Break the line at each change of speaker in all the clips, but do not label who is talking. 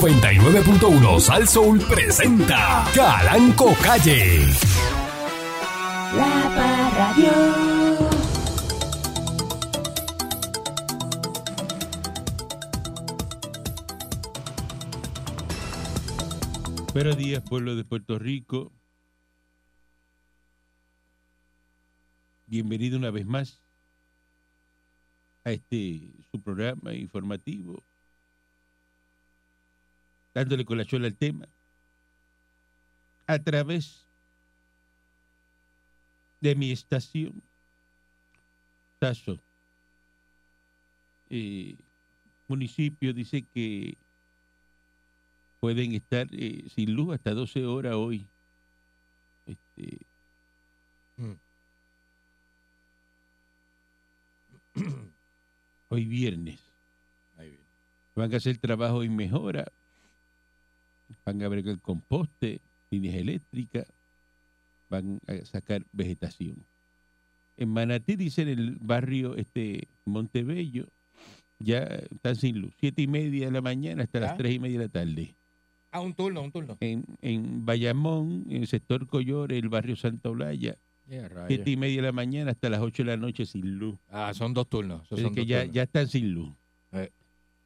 99.1 Sal Soul presenta Calanco Calle.
La Parradio.
Buenos días, pueblo de Puerto Rico. Bienvenido una vez más a este su programa informativo, dándole colación al tema, a través de mi estación, Tazo. Eh, municipio dice que pueden estar eh, sin luz hasta 12 horas hoy. Este, hoy viernes. Van a hacer trabajo en mejora. Van a bregar composte, líneas eléctricas. Van a sacar vegetación. En Manatí, dice en el barrio este Montebello, ya están sin luz. Siete y media de la mañana hasta las
¿Ya?
tres y media de la tarde.
Ah, un turno, un turno.
En, en Bayamón, en el sector Collor, el barrio Santa Olaya, siete y media de la mañana hasta las ocho de la noche sin luz.
Ah, son dos turnos. esos
Es
son
que
dos
ya,
turnos.
ya están sin luz.
Eh.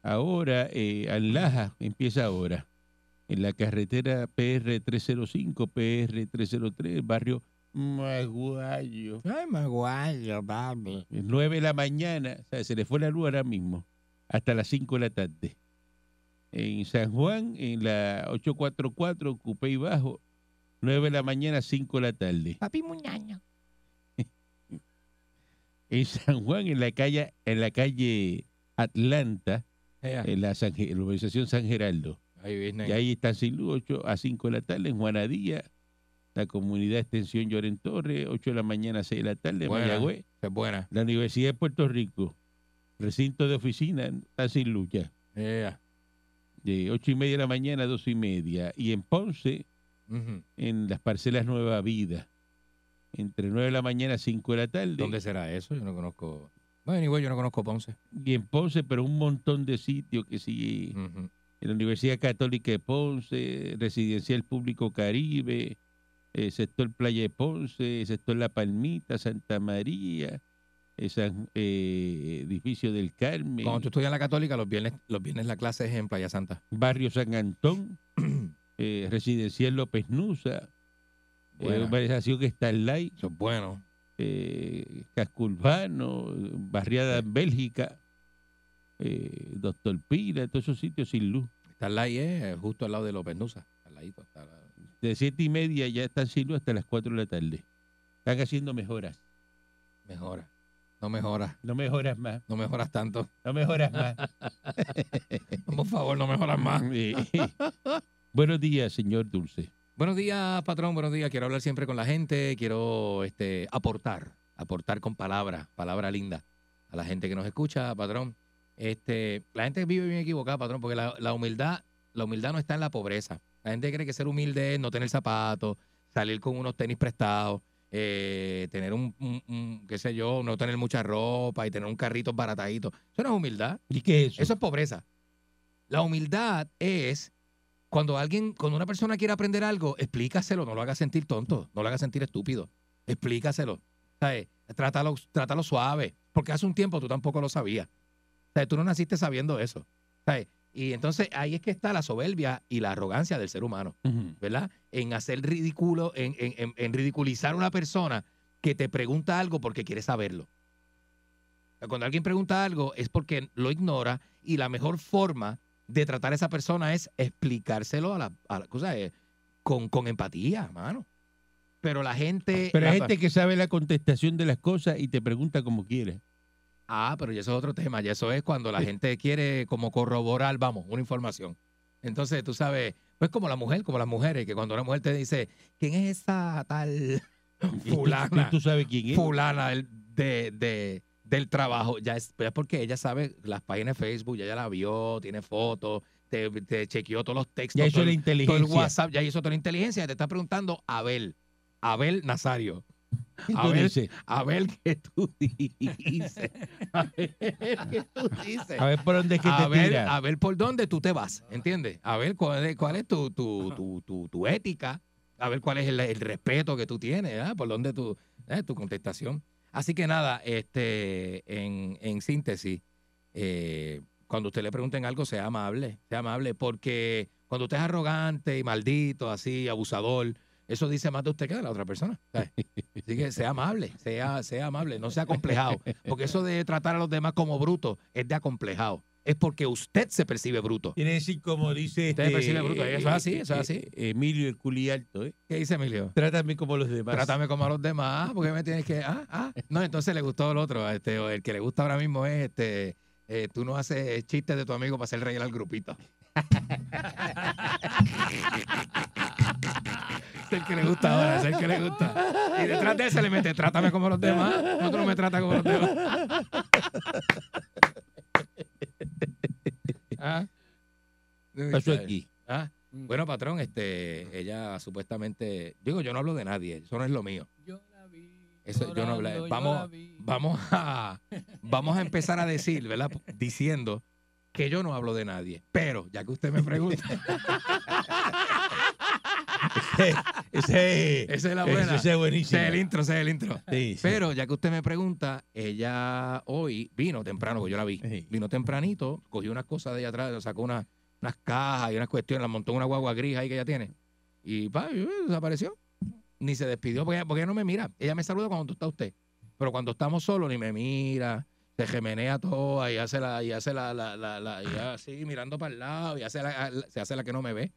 Ahora, eh, Alaja empieza ahora. En la carretera PR 305, PR 303, barrio Maguayo.
Ay, maguayo, papi.
9 de la mañana, o sea, se le fue la luz ahora mismo, hasta las 5 de la tarde. En San Juan, en la 844, Cupé y Bajo, 9 de la mañana, 5 de la tarde.
Papi muñaño.
En San Juan, en la calle, en la calle Atlanta, en la, San Ge- en la urbanización San Geraldo.
Ahí viene.
Y ahí están sin luz, 8 a 5 de la tarde, en Juanadía, la comunidad Extensión Lloren Torres, 8 de la mañana, 6 de la tarde, en
Buena.
Mayagüez.
Esa es buena.
La Universidad de Puerto Rico, recinto de oficina, está sin lucha,
Ea.
de ocho y media de la mañana a dos y media. Y en Ponce,
Ujú.
en las parcelas Nueva Vida, entre nueve de la mañana a cinco de la tarde.
¿Dónde será eso? Yo no conozco. Bueno, igual yo no conozco Ponce.
Y en Ponce, pero un montón de sitios que sí,
Ujú.
en la Universidad Católica de Ponce, Residencial Público Caribe, eh, sector Playa de Ponce, sector La Palmita, Santa María, eh, San- eh, edificio del Carmen.
Cuando tú estudias en la católica, los viernes, los viernes la clase es en Playa Santa.
Barrio San Antón, eh, Residencial López Nusa, eh,
Buena.
urbanización que está en Lai,
Eso es bueno.
eh, Casco Urbano, eh, Barriada en Bélgica, eh, Doctor Pira, todos esos sitios sin luz.
Está la IE, justo al lado de López Nusa. Al ladito. Está la-
De siete y media ya están sin luz hasta las 4 de la tarde. Están haciendo mejoras.
Mejora. No mejora.
No mejoras más,
No mejoras tanto.
no mejoras más.
Por favor, no mejoras más.
Eh, Buenos días, señor Dulce.
Buenos días, patrón, buenos días. Quiero hablar siempre con la gente, quiero este, aportar, aportar con palabras, palabra linda a la gente que nos escucha, patrón. Este, la gente vive bien equivocada, patrón, porque la, la humildad, la humildad no está en la pobreza. La gente cree que ser humilde es no tener zapatos, salir con unos tenis prestados, eh, tener un, un- un, qué sé yo, no tener mucha ropa y tener un carrito baratadito. Eso no es humildad.
¿Y qué es
Eso es pobreza. La humildad es cuando alguien, cuando una persona quiere aprender algo, explícaselo, no lo hagas sentir tonto, no lo hagas sentir estúpido. Explícaselo. ¿Sabes? Trátalo, trátalo suave. Porque hace un tiempo tú tampoco lo sabías. ¿Sabes? Tú no naciste sabiendo eso. ¿Sabes? Y entonces ahí es que está la soberbia y la arrogancia del ser humano.
Ujú.
¿verdad? En hacer ridículo, en, en- en- en ridiculizar a una persona que te pregunta algo porque quiere saberlo. O sea, Cuando alguien pregunta algo es porque lo ignora y la mejor forma de tratar a esa persona es explicárselo a la, a la- o sea, eh, con, con empatía, mano. Pero la gente...
Pero
la-
hay gente que sabe eh, la contestación de las cosas y te pregunta como quiere.
Ah, pero ya eso es otro tema. Ya eso es cuando la gente quiere como corroborar, vamos, una información. Entonces, tú sabes, pues como la mujer, como las mujeres, que cuando una mujer te dice, ¿quién es esa tal
Y tú-
fulana?
y Tú sabes quién es.
fulana del, de- de- del trabajo. Ya es, ya es porque ella sabe las páginas de Facebook, ya, ella la vio, tiene fotos, te, te chequeó todos los textos,
Ya eso
todo,
es la
el- todo el
inteligencia.
WhatsApp, ya hizo toda la inteligencia. Te está preguntando Abel, Abel Nazario. A ver, a ver qué tú dices. A ver qué tú dices.
A ver por dónde es que
A
te
ver,
tira.
a ver por dónde tú te vas, ¿entiendes? A ver cuál es, cuál es tu, tu, tu, tu, tu ética, a ver cuál es el, el respeto que tú tienes, ¿verdad? Por dónde tú, ¿eh? tu contestación. Así que nada, este, en, en síntesis, eh, cuando usted le pregunten algo, sea amable, sea amable, porque cuando usted es arrogante y maldito, así, abusador, eso dice más de usted que de la otra persona. ¿sabes? Así que sea amable, sea, sea amable, no sea complejado. Porque eso de tratar a los demás como brutos es de acomplejado. Es porque usted se percibe bruto.
Tiene que decir, como dice.
Usted
este,
percibe bruto, eso es así, eso es así.
eh, Emilio, el culi alto, ¿eh?
¿Qué dice Emilio?
Trátame como los demás.
Trátame como a los demás, porque me tienes que. Ah, ah. No, entonces le gustó el otro. Este, o el que le gusta ahora mismo es este. eh, tú no haces chistes de tu amigo para hacer reír al grupito. es el que le gusta ahora, es el que le gusta. Y detrás de ese le mete, trátame como los demás. Otro me trata como los demás. ¿Ah?
Pasó aquí.
Ah,
Mm.
Bueno, patrón, este, ella supuestamente, digo, yo no hablo de nadie, eso no es lo mío.
Yo la vi.
Eso yo no habla-
llorando, yo
vamos-
la vi.
Vamos a, vamos a empezar a decir, ¿verdad? Diciendo que yo no hablo de nadie, pero ya que usted me pregunta,
Ese,
esa es la
ese,
buena. Ese
ese es buenísimo.
es el intro, ese es el intro.
Sí, sí.
Pero ya que usted me pregunta, ella hoy vino temprano, porque yo la vi.
Sí.
Vino tempranito, cogió unas cosas de allá atrás, sacó una- unas cajas y unas cuestiones, las montó en una guagua gris ahí que ella tiene. Y pa, y, eh, desapareció. Ni se despidió, porque, porque ella no me mira. Ella me saluda cuando está usted. Pero cuando estamos solos, ni me mira, se gemenea toda y hace la, y hace la, la, la, la- y así mirando para el lado, y hace la- la- se hace la que no me ve.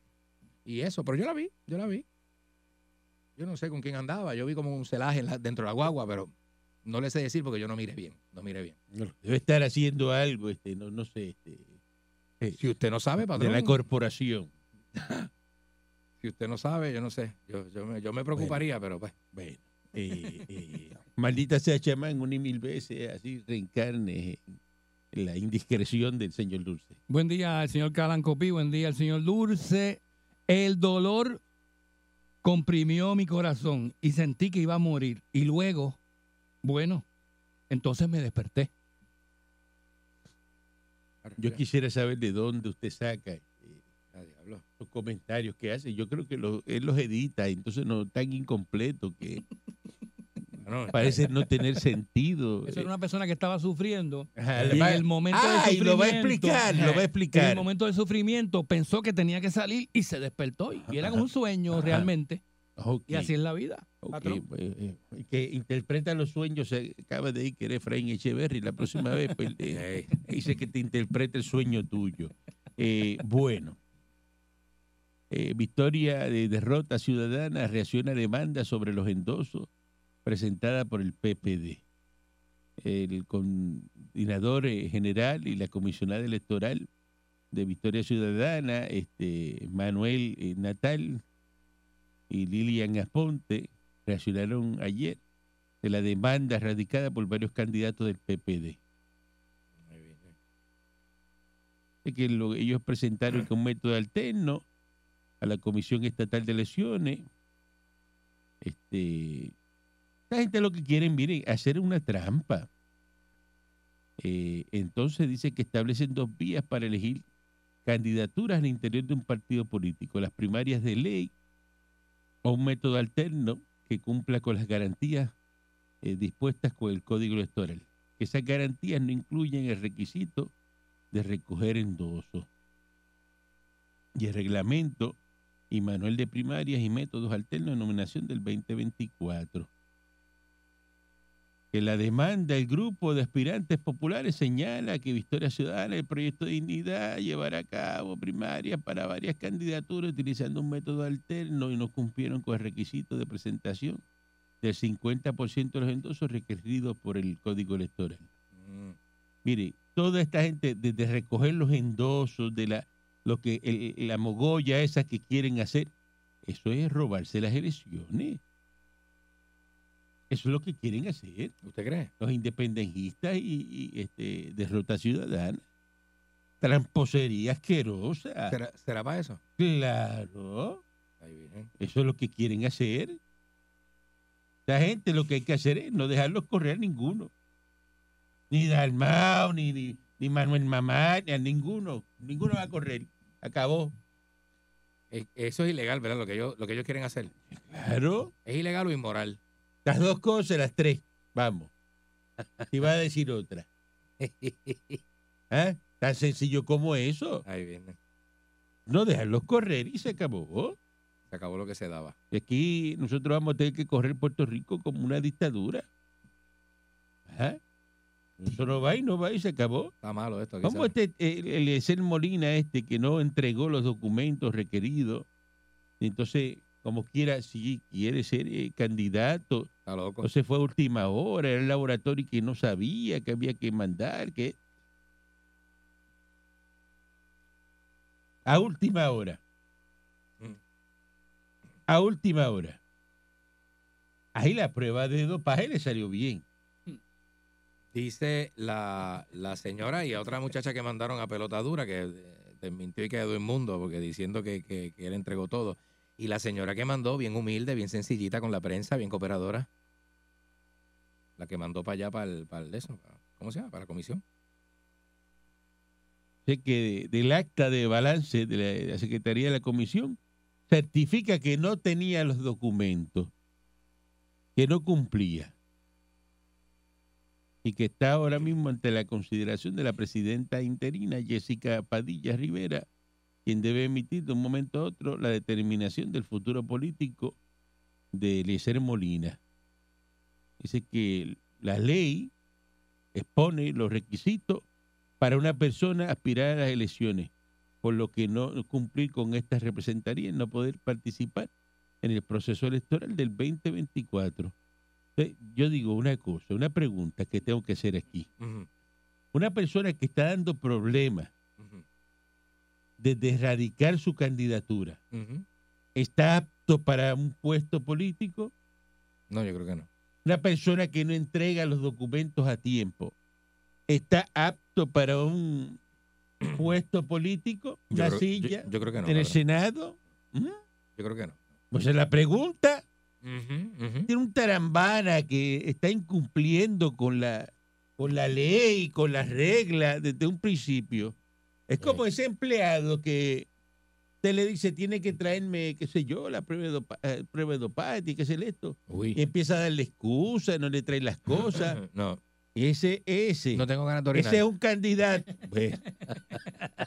Y eso, pero yo la vi, yo la vi. Yo no sé con quién andaba, yo vi como un celaje en la- dentro de la guagua, pero no le sé decir porque yo no miré bien, no miré bien.
Debe estar haciendo algo, este, no, no sé, este,
Si usted no sabe,
de
patrón,
la corporación.
si usted no sabe, yo no sé, yo, yo, me, yo me preocuparía, pero pues,
Bueno, eh, eh, maldita sea chamán, un y mil veces, así reencarne eh, la indiscreción del señor Dulce.
Buen día al señor Calancopí, buen día al señor Dulce. El dolor comprimió mi corazón y sentí que iba a morir. Y luego, bueno, entonces me desperté.
Yo quisiera saber de dónde usted saca eh,
ah, diablo.
los comentarios que hace. Yo creo que los- él los edita, entonces no tan incompleto que
Bueno,
parece no tener sentido.
Eso era
eh.
una persona que estaba sufriendo.
Ajá,
Y en el momento del
Ay, lo va a
sufrimiento,
explicar, lo va a
En el
explicar.
momento del sufrimiento pensó que tenía que salir y se despertó. Y era como un sueño
Ajá.
realmente.
Ok,
Y así es la vida.
ok,
patrón.
pues, eh, que interpreta los sueños, eh, acaba de ir que eres Frank Echeverry, la próxima vez pues, eh,
Ey,
Dice que te interprete el sueño tuyo. Eh, bueno. Eh, victoria de derrota ciudadana reacciona a demanda sobre los endosos presentada por el PPD. El coordinador eh, general y la comisionada electoral de Victoria Ciudadana, este, Manuel eh, Natal y Lilian Asponte, reaccionaron ayer de la demanda radicada por varios candidatos del PPD.
muy bien.
de que lo- ellos presentaron que un método alterno a la Comisión Estatal de Elecciones. Este, la gente lo que quieren, miren, hacer una trampa. Eh, entonces dice que establecen dos vías para elegir candidaturas al interior de un partido político, las primarias de ley o un método alterno que cumpla con las garantías eh, dispuestas con el Código Electoral. Esas garantías no incluyen el requisito de recoger endosos. Y el reglamento y manual de primarias y métodos alternos de nominación del 2024. Que la demanda del grupo de aspirantes populares señala que Victoria Ciudadana, el proyecto de dignidad, llevará a cabo primarias para varias candidaturas utilizando un método alterno y no cumplieron con el requisito de presentación del 50% de los endosos requeridos por el Código Electoral.
Mm,
Mire, toda esta gente, desde recoger los endosos, de la, lo que, el- la mogolla esa que quieren hacer, eso es robarse las elecciones. Eso es lo que quieren hacer
¿Usted cree?
los independentistas y, y, este, derrota ciudadana. Tramposería asquerosa.
¿Será, será para eso?
Claro.
Ay, Virgen.
Eso es lo que quieren hacer. O sea, Esta gente lo que hay que hacer es no dejarlos correr a ninguno. Ni Dalmao, ni, ni, ni Manuel Mamá, ni a ninguno. Ninguno va a correr. Acabó.
Eh, Eso es ilegal, ¿verdad? Lo que ellos, lo que ellos quieren hacer.
Claro.
¿Es ilegal o inmoral?
Las dos cosas, las tres. Vamos. Si va a decir otra. ¿Ah? Tan sencillo como eso.
Ahí viene.
No dejarlos correr y se acabó.
Se acabó lo que se daba.
Y aquí nosotros vamos a tener que correr Puerto Rico como una dictadura. ¿Ah? Eso no va y no va y se acabó.
Está malo esto. aquí,
¿Cómo
¿sabes?
este, el, Eliezer Molina este que no entregó los documentos requeridos? Entonces, como quiera, si quiere ser eh, candidato,
Está loco.
entonces fue a última hora, era el laboratorio que no sabía que había que mandar, que... A última hora.
Mm.
A última hora. Ahí la prueba de dopaje le salió bien.
Dice la, la señora y a otra muchacha que mandaron a pelota dura que eh, desmintió y quedó inmundo porque diciendo que, que, que él entregó todo. Y la señora que mandó, bien humilde, bien sencillita con la prensa, bien cooperadora. La que mandó para allá, para el, para el eso, para- ¿cómo se llama? Para la comisión.
Sé que de- del acta de balance de la, de la Secretaría de la Comisión certifica que no tenía los documentos, que no cumplía y que está ahora mismo ante la consideración de la presidenta interina Jessica Padilla Rivera, quien debe emitir de un momento a otro la determinación del futuro político de Eliezer Molina. Dice que la ley expone los requisitos para una persona aspirar a las elecciones, por lo que no cumplir con estas representaría no poder participar en el proceso electoral del 2024. Entonces, Yo digo una cosa, una pregunta que tengo que hacer aquí.
Ujú,
Una persona que está dando problemas
ujú,
desde erradicar su candidatura,
ujú.
¿está apto para un puesto político?
No, yo creo que no.
Una persona que no entrega los documentos a tiempo, ¿está apto para un puesto político?
Yo
Una
creo- yo-
silla.
Yo, creo que no.
en el
Pedro.
Senado? ¿Mm?
Yo creo que no.
Pues es la pregunta
Ujú, ujú.
tiene un tarambana que está incumpliendo con la, con la ley, con las reglas desde un principio. Es como ese empleado que usted le dice, tiene que traerme, qué sé yo, la prueba de, dopa- eh, prueba de dopaje, tiene que hacer esto.
Uy.
Y empieza a darle excusas, no le trae las cosas.
No,
Ese, ese,
no tengo ganas de orinar.
ese es un candidato. Ve,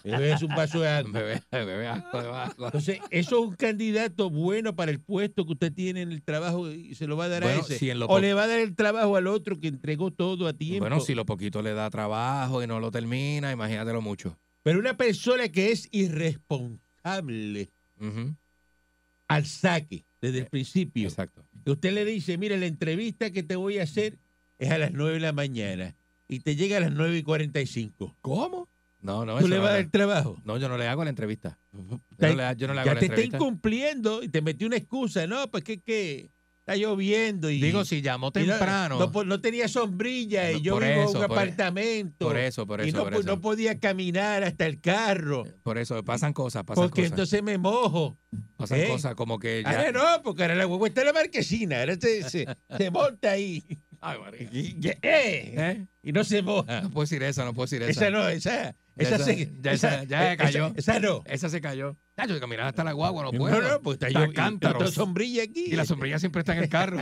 bebé, es un vaso de agua.
Bebé, bebé, asco de vaso.
Entonces, eso es un candidato bueno para el puesto que usted tiene en el trabajo y se lo va a dar a
Bueno,
ese.
si en lo
o
po-
le va a dar el trabajo al otro que entregó todo a tiempo.
Bueno, si lo poquito le da trabajo y no lo termina, imagínatelo mucho.
Pero una persona que es irresponsable
Ujú,
al saque desde el principio.
Eh, Exacto.
que usted le dice, mire, la entrevista que te voy a hacer es a las 9 de la mañana y te llega a las 9 y 45.
¿Cómo? No, no,
¿Tú
eso
le
no,
vas a
no.
dar trabajo?
No, yo no le hago la entrevista. Yo
Está-
no le, yo no le hago
Ya
la
te está
entrevista.
incumpliendo y te metió una excusa. No, pues que, que está lloviendo y...
Digo, si llamó
Y no-
temprano.
No, po- no tenía sombrilla y
No,
yo
por
vivo en
eso,
un
por e-
apartamento.
por eso, por
y
eso,
no,
por
po-
eso.
no podía caminar hasta el carro.
por eso, pasan cosas, pasan
Porque
cosas.
entonces me mojo.
pasan
¿eh?
cosas como que ya.
Ahora no, porque ahora la huevo está en la marquesina. Ahora se, se, se monta ahí.
Ay, María.
Y, y- eh,
¿Eh?
y no se moja.
No puedo decir esa, no puedo decir esa.
Esa no, esa. Esa,
Ya esa-
se-
ya esa- ya
esa-
se cayó.
Esa, esa no.
Esa se cayó. Ya, yo caminar hasta la guagua, no
No,
puedo.
no, pues, porque está
Está
lloviendo.
cántaros.
Está sombrilla aquí.
Y la sombrilla siempre está en el carro.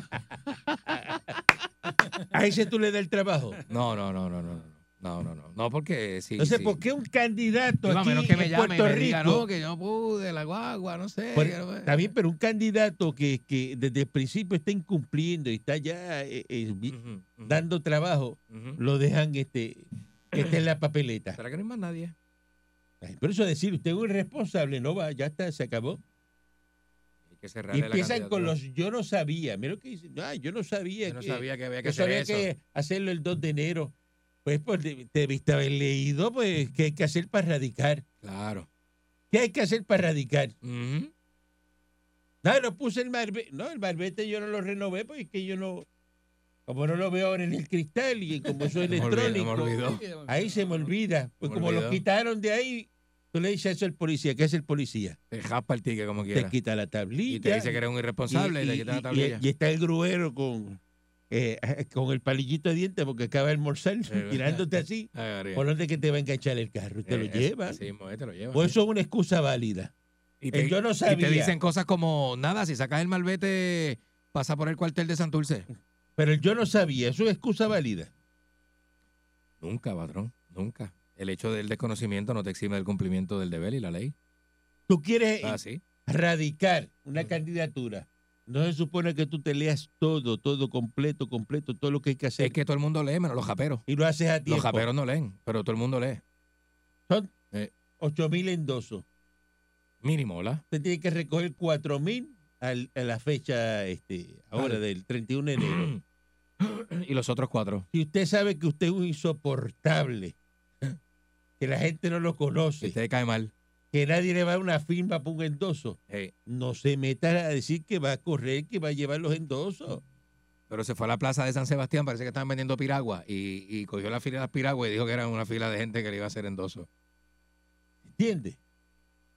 A ese tú le das el trabajo.
No, no, no, no, no. no. No, no, no. No, porque sí.
Entonces,
sí.
¿por qué un candidato
Digo, a
aquí
menos que me
en
llame y
Puerto
me diga,
Rico
no, que yo no pude, la guagua, no sé.
Por-
que no me-
está bien, pero un candidato que, que desde el principio está incumpliendo y está ya eh, eh, vi-
Ujú, ujú,
dando trabajo,
ujú.
lo dejan este, que esté en la papeleta.
¿Será que no hay más nadie?
Ay, Por eso decir, usted es un irresponsable, no va, ya está, se acabó.
Hay que cerrar
Y empiezan con los yo no sabía. Mira lo que dicen, ah, yo no sabía
Yo no
que,
sabía que había que
yo
hacer
sabía
eso.
que hacerlo el 2 de enero. Pues, pues, de- te debiste haber leído, pues, qué hay que hacer para radicar.
Claro.
¿Qué hay que hacer para radicar?
Ujú.
No, no puse el marbete. No, el marbete yo no lo renové porque es que yo no. Como no lo veo ahora en el cristal y como soy
Me olvidó, me
electrónico,
olvidó.
ahí se me olvida. Pues
Me
como lo
olvidó.
quitaron de ahí, Tú le dices eso al policía, ¿qué es el policía?
Te japa el ticket como
Te
quieras.
quita la tablilla.
Y te dice que eres un irresponsable y, te quitan la
y-
tablilla.
y está el gruero con, eh, con el palillito de dientes porque acaba de almorzar,
verdad.
tirándote así.
Ay, María.
¿Por dónde que te va a enganchar el carro? Y Te lo
Eh, eso,
llevas.
sí, mo- te lo llevas.
O eso es una excusa válida.
Y
Eh, yo no
Y te
sabía.
dicen cosas como, nada, si sacas el malvete, pasa por el cuartel de Santurce.
Pero el yo no sabía, eso es excusa válida.
Nunca, patrón, nunca. El hecho del desconocimiento no te exime del cumplimiento del deber y la ley.
Tú quieres
Ah, sí.
radicar una candidatura. No se supone que tú te leas todo, todo completo, completo, todo lo que hay que hacer.
Es que todo el mundo lee, menos los japeros.
y lo haces a
Los
tiempo.
japeros no leen, pero todo el mundo lee.
Ocho mil endosos.
Mínimo, ¿verdad?
Usted tiene que recoger cuatro mil al- a la fecha este, ahora
Al-
del 31 de enero.
y los otros cuatro.
Si usted sabe que usted es un insoportable, que la gente no lo conoce,
Si te Este cae mal.
que nadie le va a dar una firma para un endoso,
eh,
no se meta a decir que va a correr, que va a llevar los endosos.
Pero se fue a la plaza de San Sebastián, parece que estaban vendiendo piragua. Y, y cogió la fila de las piraguas y dijo que era una fila de gente que le iba a hacer endoso.
¿Entiende?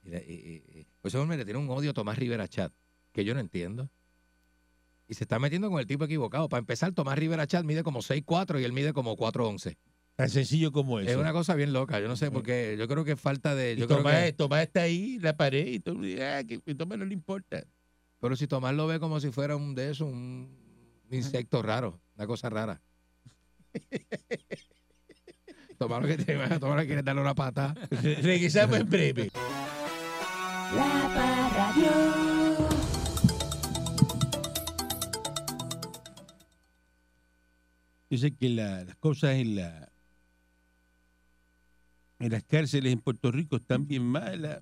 Y la- y- y- y- Pues ese hombre le tiene un odio a Tomás Rivera Chat, que yo no entiendo. Y se está metiendo con el tipo equivocado. Para empezar, Tomás Rivera Chat mide como 6'4 y él mide como 4'11.
Tan sencillo como eso.
Es una cosa bien loca. Yo no sé por qué. Yo creo que falta de...
Y
Yo creo
Tomás,
que,
Tomás está ahí, en la pared, y todo, y, ah, que que Tomás no le importa.
pero si Tomás lo ve como si fuera un de esos, un insecto raro, una cosa rara. Tomás lo que te a Tomás le quiere darle una pata.
Re- Regresamos en breve.
La Parradio.
Dice que la- las cosas en la en las cárceles en Puerto Rico están bien malas.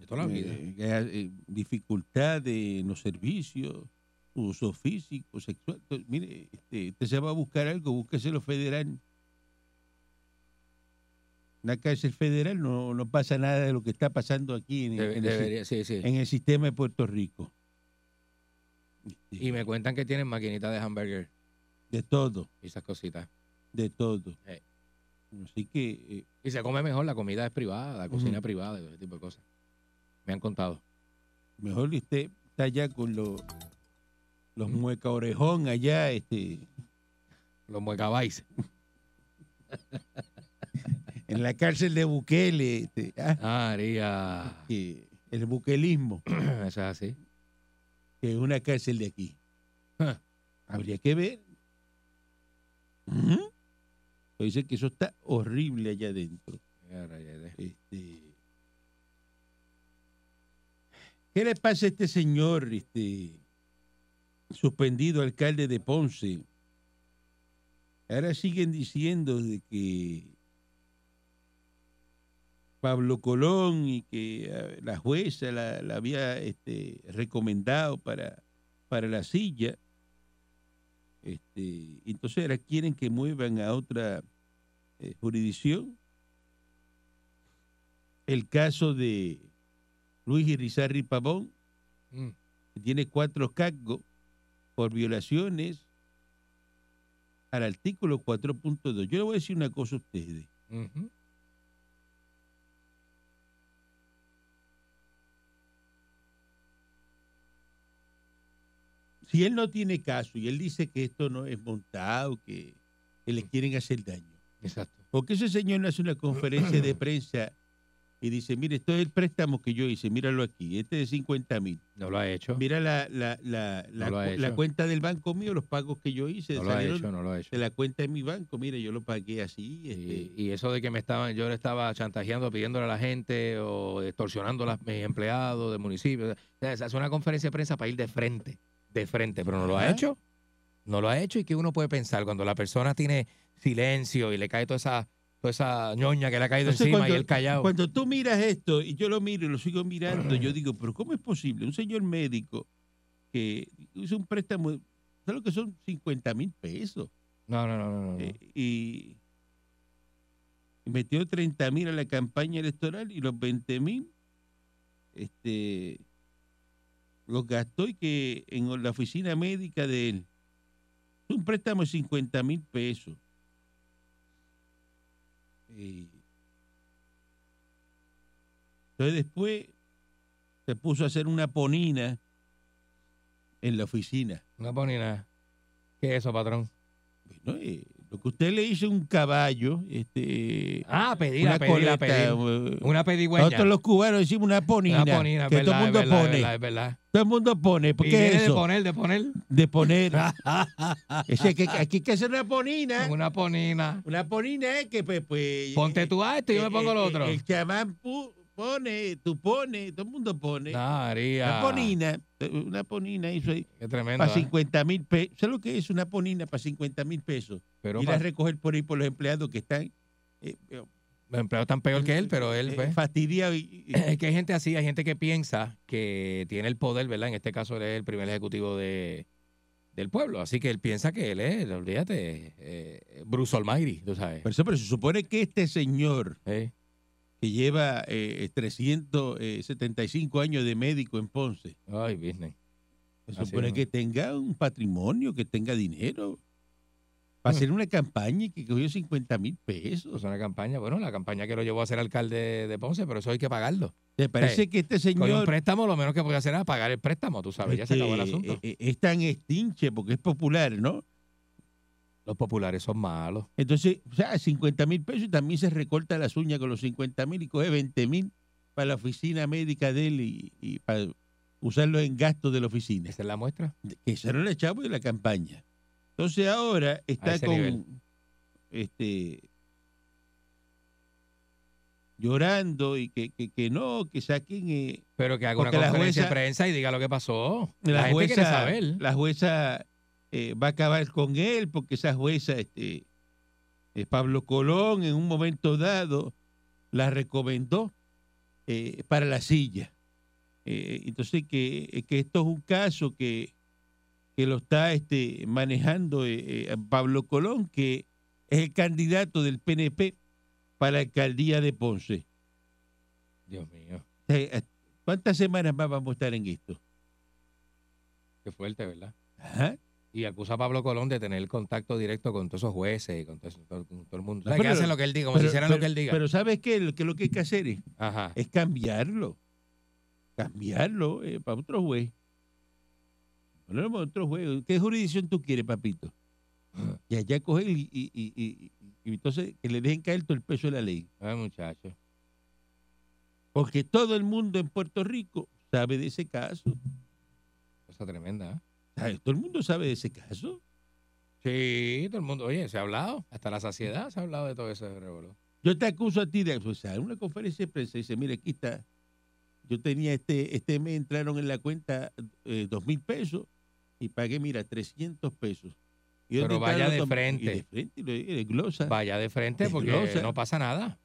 De toda la vida.
Eh, que hay, eh, dificultades en los servicios, uso físico, sexual. Entonces, mire, este, usted se va a buscar algo, búsquese lo federal. Una cárcel federal no, no pasa nada de lo que está pasando aquí en,
Debe-
en el, si-
debería- sí, sí.
en el sistema de Puerto Rico. Este,
Y me cuentan que tienen maquinita de hamburger
De todo,
y esas cositas.
de todo.
Eh.
Así que eh,
Y se come mejor, la comida es privada, la cocina
Ujú.
es privada, y ese tipo de cosas. Me han contado.
mejor usted está allá con los los
Mm.
mueca orejón allá, este,
Los muecabais.
en la cárcel de Bukele, este, ah,
Ah, haría.
que el buquelismo,
Eso es así.
que es una cárcel de aquí.
Ah.
Habría que ver. Ujú. Pero Dice que eso está horrible allá adentro.
Ya, rayete.
Este, ¿Qué le pasa a este señor, este suspendido alcalde de Ponce? Ahora siguen diciendo de que Pablo Colón y que eh, la jueza la, la había este, recomendado para, para la silla. Este, entonces ahora quieren que muevan a otra eh, jurisdicción el caso de Luis Irizarry Pavón,
Mm.
que tiene cuatro cargos por violaciones al artículo 4.2. Yo le voy a decir una cosa a ustedes.
Ujú.
Si él no tiene caso y él dice que esto no es montado, que, que le quieren hacer daño,
Exacto.
¿por qué ese señor no hace una conferencia de prensa y dice, mire, esto es el préstamo que yo hice, míralo aquí, este es de 50 mil?
No lo ha hecho.
Mira la, la, la, la,
lo ha
cu- la
hecho.
cuenta del banco mío, los pagos que yo hice,
No lo ha
salieron
hecho, no lo ha hecho.
de la cuenta de mi banco, mire, yo lo pagué así.
Y,
este,
y eso de que me estaban, yo le estaba chantajeando, pidiéndole a la gente o extorsionando a mis empleados del municipio. O sea, se hace una conferencia de prensa para ir de frente, de frente, pero no lo ha
Ajá.
hecho. No lo ha hecho y que uno puede pensar cuando la persona tiene silencio y le cae toda esa, toda esa ñoña que le ha caído
Entonces,
encima
cuando-
y él callado.
Cuando tú miras esto y yo lo miro y lo sigo mirando, yo digo, pero ¿cómo es posible? Un señor médico que hizo un préstamo, ¿sabes lo que son 50 mil pesos?
no, no, no, no, no, no.
Eh, y, y metió 30 mil a la campaña electoral y los 20 mil este, los gastó y que en la oficina médica de él. Es un préstamo de 50 mil pesos. Eh, Entonces después se puso a hacer una ponina en la oficina.
No pone nada. ¿Qué es eso, patrón?
Bueno, eh, lo que usted le hizo un caballo, este,
Ah, pedir,
una
a pedir, a
coleta,
pedir.
eh,
Una pedigüeña.
nosotros los cubanos decimos una ponina,
una ponina, es
que
verdad,
todo el
es
mundo
verdad, es
pone,
verdad, es verdad.
todo el mundo pone,
Y
porque
viene
es
de
eso,
poner, de poner
de poner, Ese que aquí hay que hacer una ponina,
una ponina.
una ponina es que pues, pues
Ponte tú a esto y yo me
eh,
pongo lo
eh,
otro.
El chamán pu- pone, tú pones, todo el mundo pone.
Ah,
Una
María.
ponina, eh, una ponina hizo ahí
Qué tremendo.
para
¿eh?
50 mil pesos. ¿Sabes lo que es una ponina para 50 mil pesos?
Pero
Ir
pa-
a recoger por ahí por los empleados que están eh, eh,
los empleados están peor que él, pero él,
eh,
pues.
fastidiados. y- y-
Es que hay gente así, hay gente que piensa que tiene el poder, ¿verdad? En este caso él es el primer ejecutivo de, del pueblo, así que él piensa que él es, olvídate, eh, Bruce Almighty, tú sabes.
Por eso, pero se supone que este señor
Eh,
que lleva eh, 375 años de médico en Ponce,
Ay, business.
se
Así
supone
es.
que tenga un patrimonio, que tenga dinero. Para
Hmm.
hacer una campaña y que cogió 50 mil pesos.
Pues una campaña, bueno, la campaña que lo llevó a ser alcalde de Ponce, pero eso hay que pagarlo.
¿Te parece que este
Con un
señor
préstamo, lo menos que podía hacer era pagar el préstamo, tú sabes, ya se acabó el
este,
asunto.
eh, eh, es tan estinche porque es popular, no?
Los populares son malos.
Entonces, o sea, 50 mil pesos y también se recorta las uñas con los 50 mil y coge 20 mil para la oficina médica de él y, y para usarlo en gastos de la oficina.
Esa es la muestra.
Que se lo echamos de la campaña. Entonces ahora
A
está
ese
con
nivel.
este llorando y que, que, que no, que saquen eh,
Pero que haga una
Porque la
conferencia
jueza-
de prensa y diga lo que pasó. La,
la,
gente
jueza,
quiere saber.
la jueza eh, va a acabar con él porque esa jueza, este, eh, Pablo Colón, en un momento dado, la recomendó eh, para la silla. Eh, entonces, que, que esto es un caso que, que lo está este, manejando eh, eh, Pablo Colón, que es el candidato del PNP para la alcaldía de Ponce.
Dios mío,
Eh, eh, ¿Cuántas semanas más vamos a estar en esto?
qué fuerte, ¿verdad?
Ajá.
Y acusa a Pablo Colón de tener contacto directo con todos esos jueces y con todo, eso- todo- con todo el mundo.
No,
O sea, que
pero-
hacen lo que él diga, como si hicieran lo que él diga.
Pero ¿sabes qué? Lo que, lo que hay que hacer es,
Ajá.
es cambiarlo. Cambiarlo eh, para otro juez. Ponerlo para otro juez. ¿Qué jurisdicción tú quieres, papito? Y allá coger y, y- y- y- y- y entonces que le dejen caer todo el peso de la ley.
Ay, muchacho.
Porque todo el mundo en Puerto Rico sabe de ese caso.
Cosa tremenda, ¿eh?
¿Sabe? Todo el mundo sabe de ese caso.
Sí, todo el mundo. Oye, se ha hablado. Hasta la saciedad se ha hablado de todo ese revolú.
Yo te acuso a ti de o sea, en una conferencia de prensa y dice, mira, aquí está. Yo tenía este, este mes entraron en la cuenta eh, dos mil pesos y pagué, mira, 300 pesos. Y
Pero
¿dónde
vaya
entraron
de
los dos-
frente.
Y de frente, y lo- y desglosa,
Vaya de frente porque
Desglosa.
no pasa nada.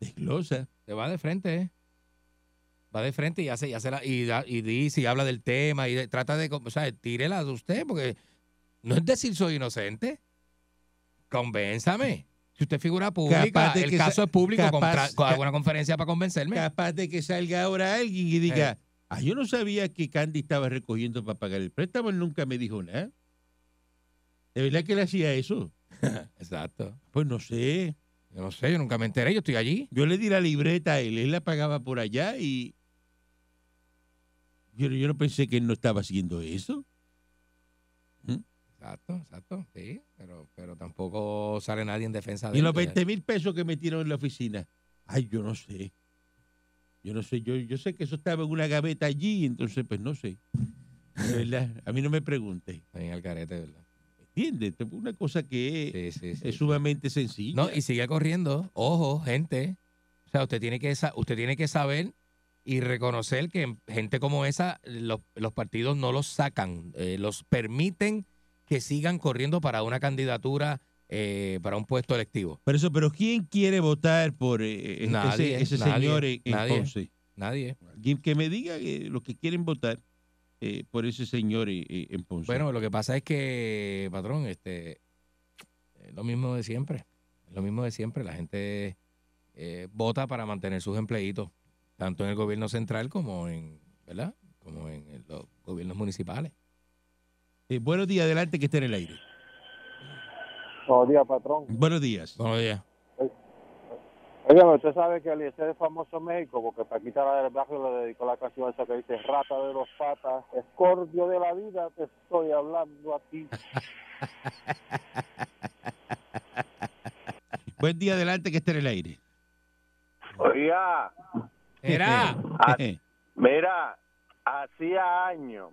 desglosa.
Se va de frente, ¿eh? Va de frente y hace, y hace la, y, da- y dice y habla del tema y de- trata de, o sea, tírela de usted porque no es decir soy inocente. Convénzame. Si usted es figura pública,
Capaz de
el
que sa-
caso es público,
capaz-
contra- con
ca-
alguna conferencia para convencerme.
Capaz de que salga ahora alguien y
Eh.
diga, ah, yo no sabía que Candy estaba recogiendo para pagar el préstamo, él nunca me dijo nada. ¿De verdad que le hacía eso?
Exacto.
Pues no sé.
Yo no sé, yo nunca me enteré, yo estoy allí.
Yo le di la libreta a él, él la pagaba por allá y yo, yo no pensé que él no estaba haciendo eso.
Exacto, exacto, sí, pero, pero tampoco sale nadie en defensa de
Y
él,
los
entonces-
20 mil pesos que metieron en la oficina. Ay, yo no sé. Yo no sé, yo, yo sé que eso estaba en una gaveta allí, entonces pues no sé. De verdad, a mí no me pregunte.
Ahí en el carete, ¿verdad?
¿Entiendes? Esto es Una cosa que es,
Sí, sí, sí.
es sumamente sencilla.
No, y sigue corriendo. Ojo, gente. O sea, usted tiene que, sa- usted tiene que saber y reconocer que gente como esa, los, los partidos no los sacan, eh, los permiten que sigan corriendo para una candidatura, eh, para un puesto electivo.
Por eso, pero ¿quién quiere votar por eh, eh,
Nadie,
ese, ese
nadie,
señor en, en
nadie.
Ponce?
Nadie.
Alguien que me diga eh, los que quieren votar eh, por ese señor eh, eh, en Ponce.
Bueno, lo que pasa es que, patrón, este, es lo mismo de siempre. Es lo mismo de siempre. La gente eh, vota para mantener sus empleitos, tanto en el gobierno central como en, ¿verdad? Como en el- los gobiernos municipales.
Eh, buenos días, adelante que esté en el aire.
Buenos días, patrón.
Buenos días.
Buenos días.
Oiga, usted sabe que Eliezer es famoso en México porque Paquita la del Barrio le dedicó la canción esa que dice Rata de los patas, escorpio de la vida, te estoy hablando a ti.
Buen día adelante que esté en el aire.
Oiga,
Era.
Ah, mira, hacía años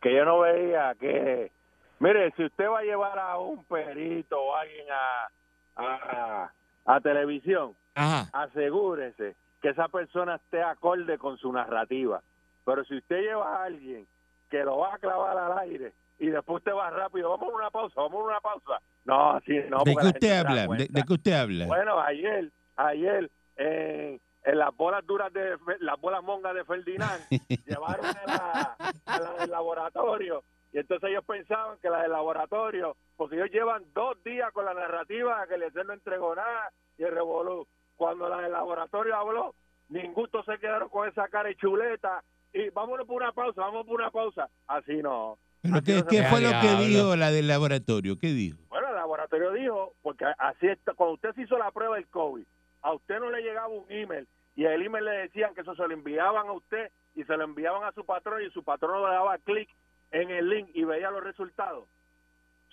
que yo no veía que... Mire, si usted va a llevar a un perito o alguien a, a, a televisión,
Ajá.
Ah.
asegúrese que esa persona esté acorde con su narrativa. Pero si usted lleva a alguien que lo va a clavar al aire y después usted va rápido, vamos a una pausa, vamos a una pausa. No, sí, no.
¿De
porque
qué
la
usted
gente se da
habla? ¿De,
cuenta.
de qué usted habla?
Bueno, ayer, ayer, eh, en las bolas duras de, Fe- las bolas mongas de Ferdinand, llevaron a la, a la del laboratorio. Y entonces ellos pensaban que la del laboratorio, porque ellos llevan dos días con la narrativa que el no entregó nada y el revolú. Cuando la del laboratorio habló, ningún se quedaron con esa cara y chuleta. Y vámonos por una pausa, vamos por una pausa. Así no.
¿Pero qué,
no se
qué
puede.
fue lo que
Diablo.
dijo la del laboratorio? ¿Qué dijo?
Bueno, el laboratorio dijo, porque así está, cuando usted se hizo la prueba del COVID, a usted no le llegaba un email y el email le decían que eso se lo enviaban a usted y se lo enviaban a su patrón y su patrón le daba clic en el link y veía los resultados.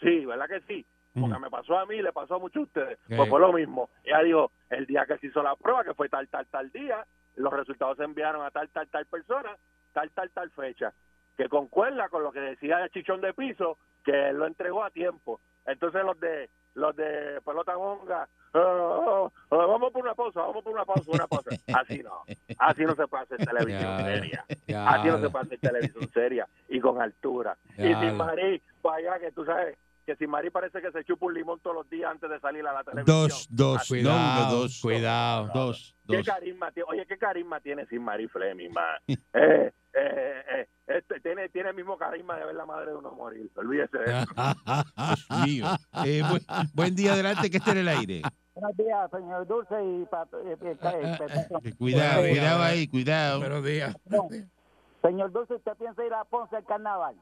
Sí, ¿verdad que sí? Porque
Ujú.
me pasó a mí y le pasó a muchos de ustedes.
Sí.
Pues fue lo mismo. Ella dijo, el día que se hizo la prueba, que fue tal, tal, tal día, los resultados se enviaron a tal, tal, tal persona, tal, tal, tal fecha. Que concuerda con lo que decía el chichón de piso, que él lo entregó a tiempo. Entonces los de los de pelota honga, "Oh, oh, oh, vamos por una pausa, vamos por una pausa, una pausa. Así no, así no se pasa en televisión
Ya,
seria.
Ya,
Así no se pasa en televisión seria y con altura. Y
Ya,
sin Marí, vaya que tú sabes que sin Marí parece que se chupa un limón todos los días antes de salir a la televisión.
Dos, dos,
Así.
no uno,
Cuidado,
dos.
cuidado.
Dos,
¿Qué
dos.
carisma tiene? Oye, ¿qué carisma tiene sin Marí Fleming, ma? Eh, eh, eh, este, tiene, tiene el mismo carisma de ver la madre de uno morir. Olvídese de
Ah.
eso.
Dios mío. Eh, buen, buen día adelante que esté en el aire.
Buenos días, señor Dulce y Pat- eh, eh, eh,
Ah,
Petazo.
Cuidado,
Buenos días,
cuidado
eh.
ahí, cuidado.
Buenos días.
Señor Dulce, ¿usted piensa ir a Ponce al carnaval?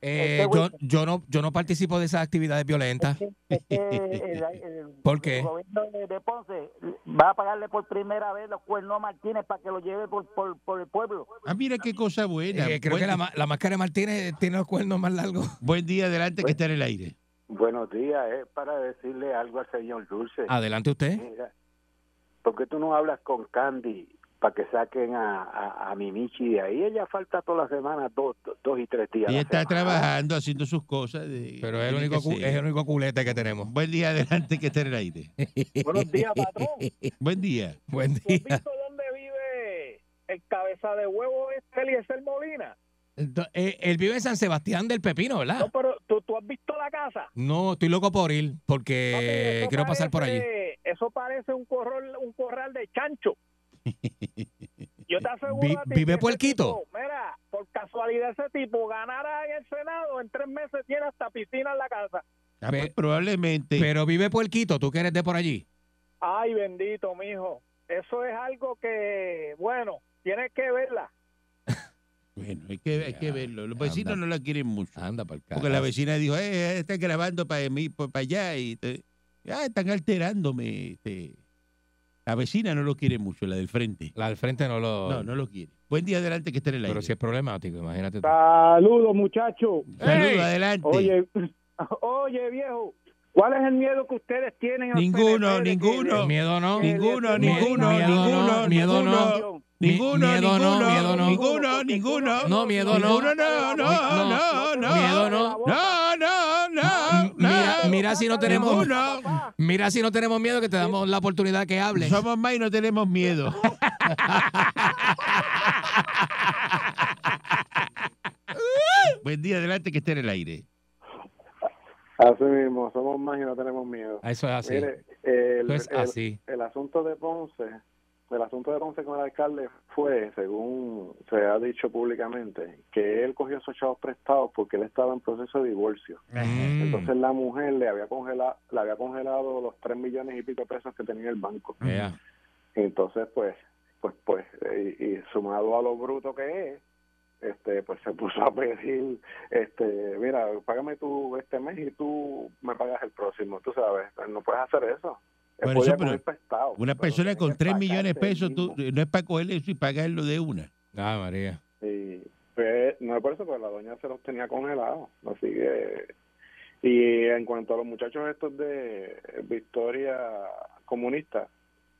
Este
Eh, yo, yo no, yo no participo de esas actividades violentas.
Es que Este, el, el-
¿Por qué?
el gobierno de, de Ponce va a pagarle por primera vez los cuernos a Martínez para que lo lleve por, por, por el pueblo.
Ah, mira qué cosa buena.
Eh, creo
buen,
que la, ma- la máscara de Martínez tiene los cuernos más largos.
buen día adelante que esté en el aire.
Buenos días, es para decirle algo al señor Dulce.
Ah.
Adelante usted.
Mira, ¿por qué tú no hablas con Candy para que saquen a, a, a Mimichi de ahí? Ella falta todas las semanas, dos, dos, dos y tres días. a
Ella
la
está
semana.
trabajando, haciendo sus cosas. de-
Pero es el,
tiene
único,
que
cu-
ser.
es el único Eh, culete que tenemos.
Buen día adelante que esté en el aire.
Buenos días, patrón.
Buen día.
Buen
¿Tú has
día.
visto dónde vive el cabeza de huevo este Eliezer Molina?
Ento- eh, él vive en San Sebastián del Pepino,
No,
¿verdad?
pero ¿tú, tú has visto la casa.
No, estoy loco por ir porque
Papi, Ah, pues, eso
Eh, quiero pasar por allí.
parece- Eso parece un corral, un corral de chancho. Yo te aseguro.
Vi-
a ti
vive
que ese
puerquito.
tipo, mira, por casualidad ese tipo ganara en el Senado, en tres meses tiene hasta piscina en la casa.
Ah, pues,
Pe-
probablemente.
Pero vive Puerquito, tú que eres de por allí.
Ay, bendito, mijo. Eso es algo que, bueno, tienes que verla.
bueno, hay que, hay que verlo. Los vecinos
Anda.
no la quieren mucho.
Anda para el
Porque la vecina dijo, eh, eh, están grabando para mí, para allá. Y te- ah, están alterándome. este. La vecina no lo quiere mucho, la del frente.
La del frente no lo.
No, no lo quiere. Buen día adelante que esté en el
pero
aire.
si es problemático, imagínate. tú.
Saludos, muchachos.
Saludos, adelante.
Oye,
Oye, viejo, ¿cuál es el miedo que ustedes tienen? al
Ninguno,
PNP de que-
ninguno.
Miedo no.
Ninguno,
el-
ninguno,
miedo
ninguno,
no, miedo
ninguno.
no.
Ninguno,
Mi- miedo no,
ninguno,
miedo no.
ninguno, ninguno.
No, miedo no.
Ninguno, no, no, no,
No,
no.
miedo no.
No, no, no, no.
Mira, mira si no tenemos.
Ninguno.
Mira si no tenemos miedo que te damos la oportunidad que hables.
Somos más y no tenemos miedo. Buen día, adelante que esté en el aire.
así mismo, somos más y no tenemos miedo.
Ah, Eso
Ah,
es así.
Mire, el,
Eso es
el-
así.
el asunto de Ponce, el asunto de Ponce con el alcalde fue, según se ha dicho públicamente, que él cogió esos chavos prestados porque él estaba en proceso de divorcio.
Mm.
Entonces la mujer le había congelado, le había congelado los tres millones y pico de pesos que tenía el banco.
Ea.
Entonces, pues, pues, pues, eh, y, y sumado a lo bruto que es, este, pues se puso a pedir, este, mira, págame tú este mes y tú me pagas el próximo, tú sabes, no pues, puedes hacer eso.
Bueno,
podía
eso, pero
comer pescado,
Una
pero
persona
tiene
con
que
3 millones de
pagarse el
pesos, tú-
mismo.
no es para coger eso y pagarlo de una.
Ah, María.
Sí, pues, no es por eso, pero la doña se los tenía congelados. Así que. Y en cuanto a los muchachos estos de Victoria Comunista,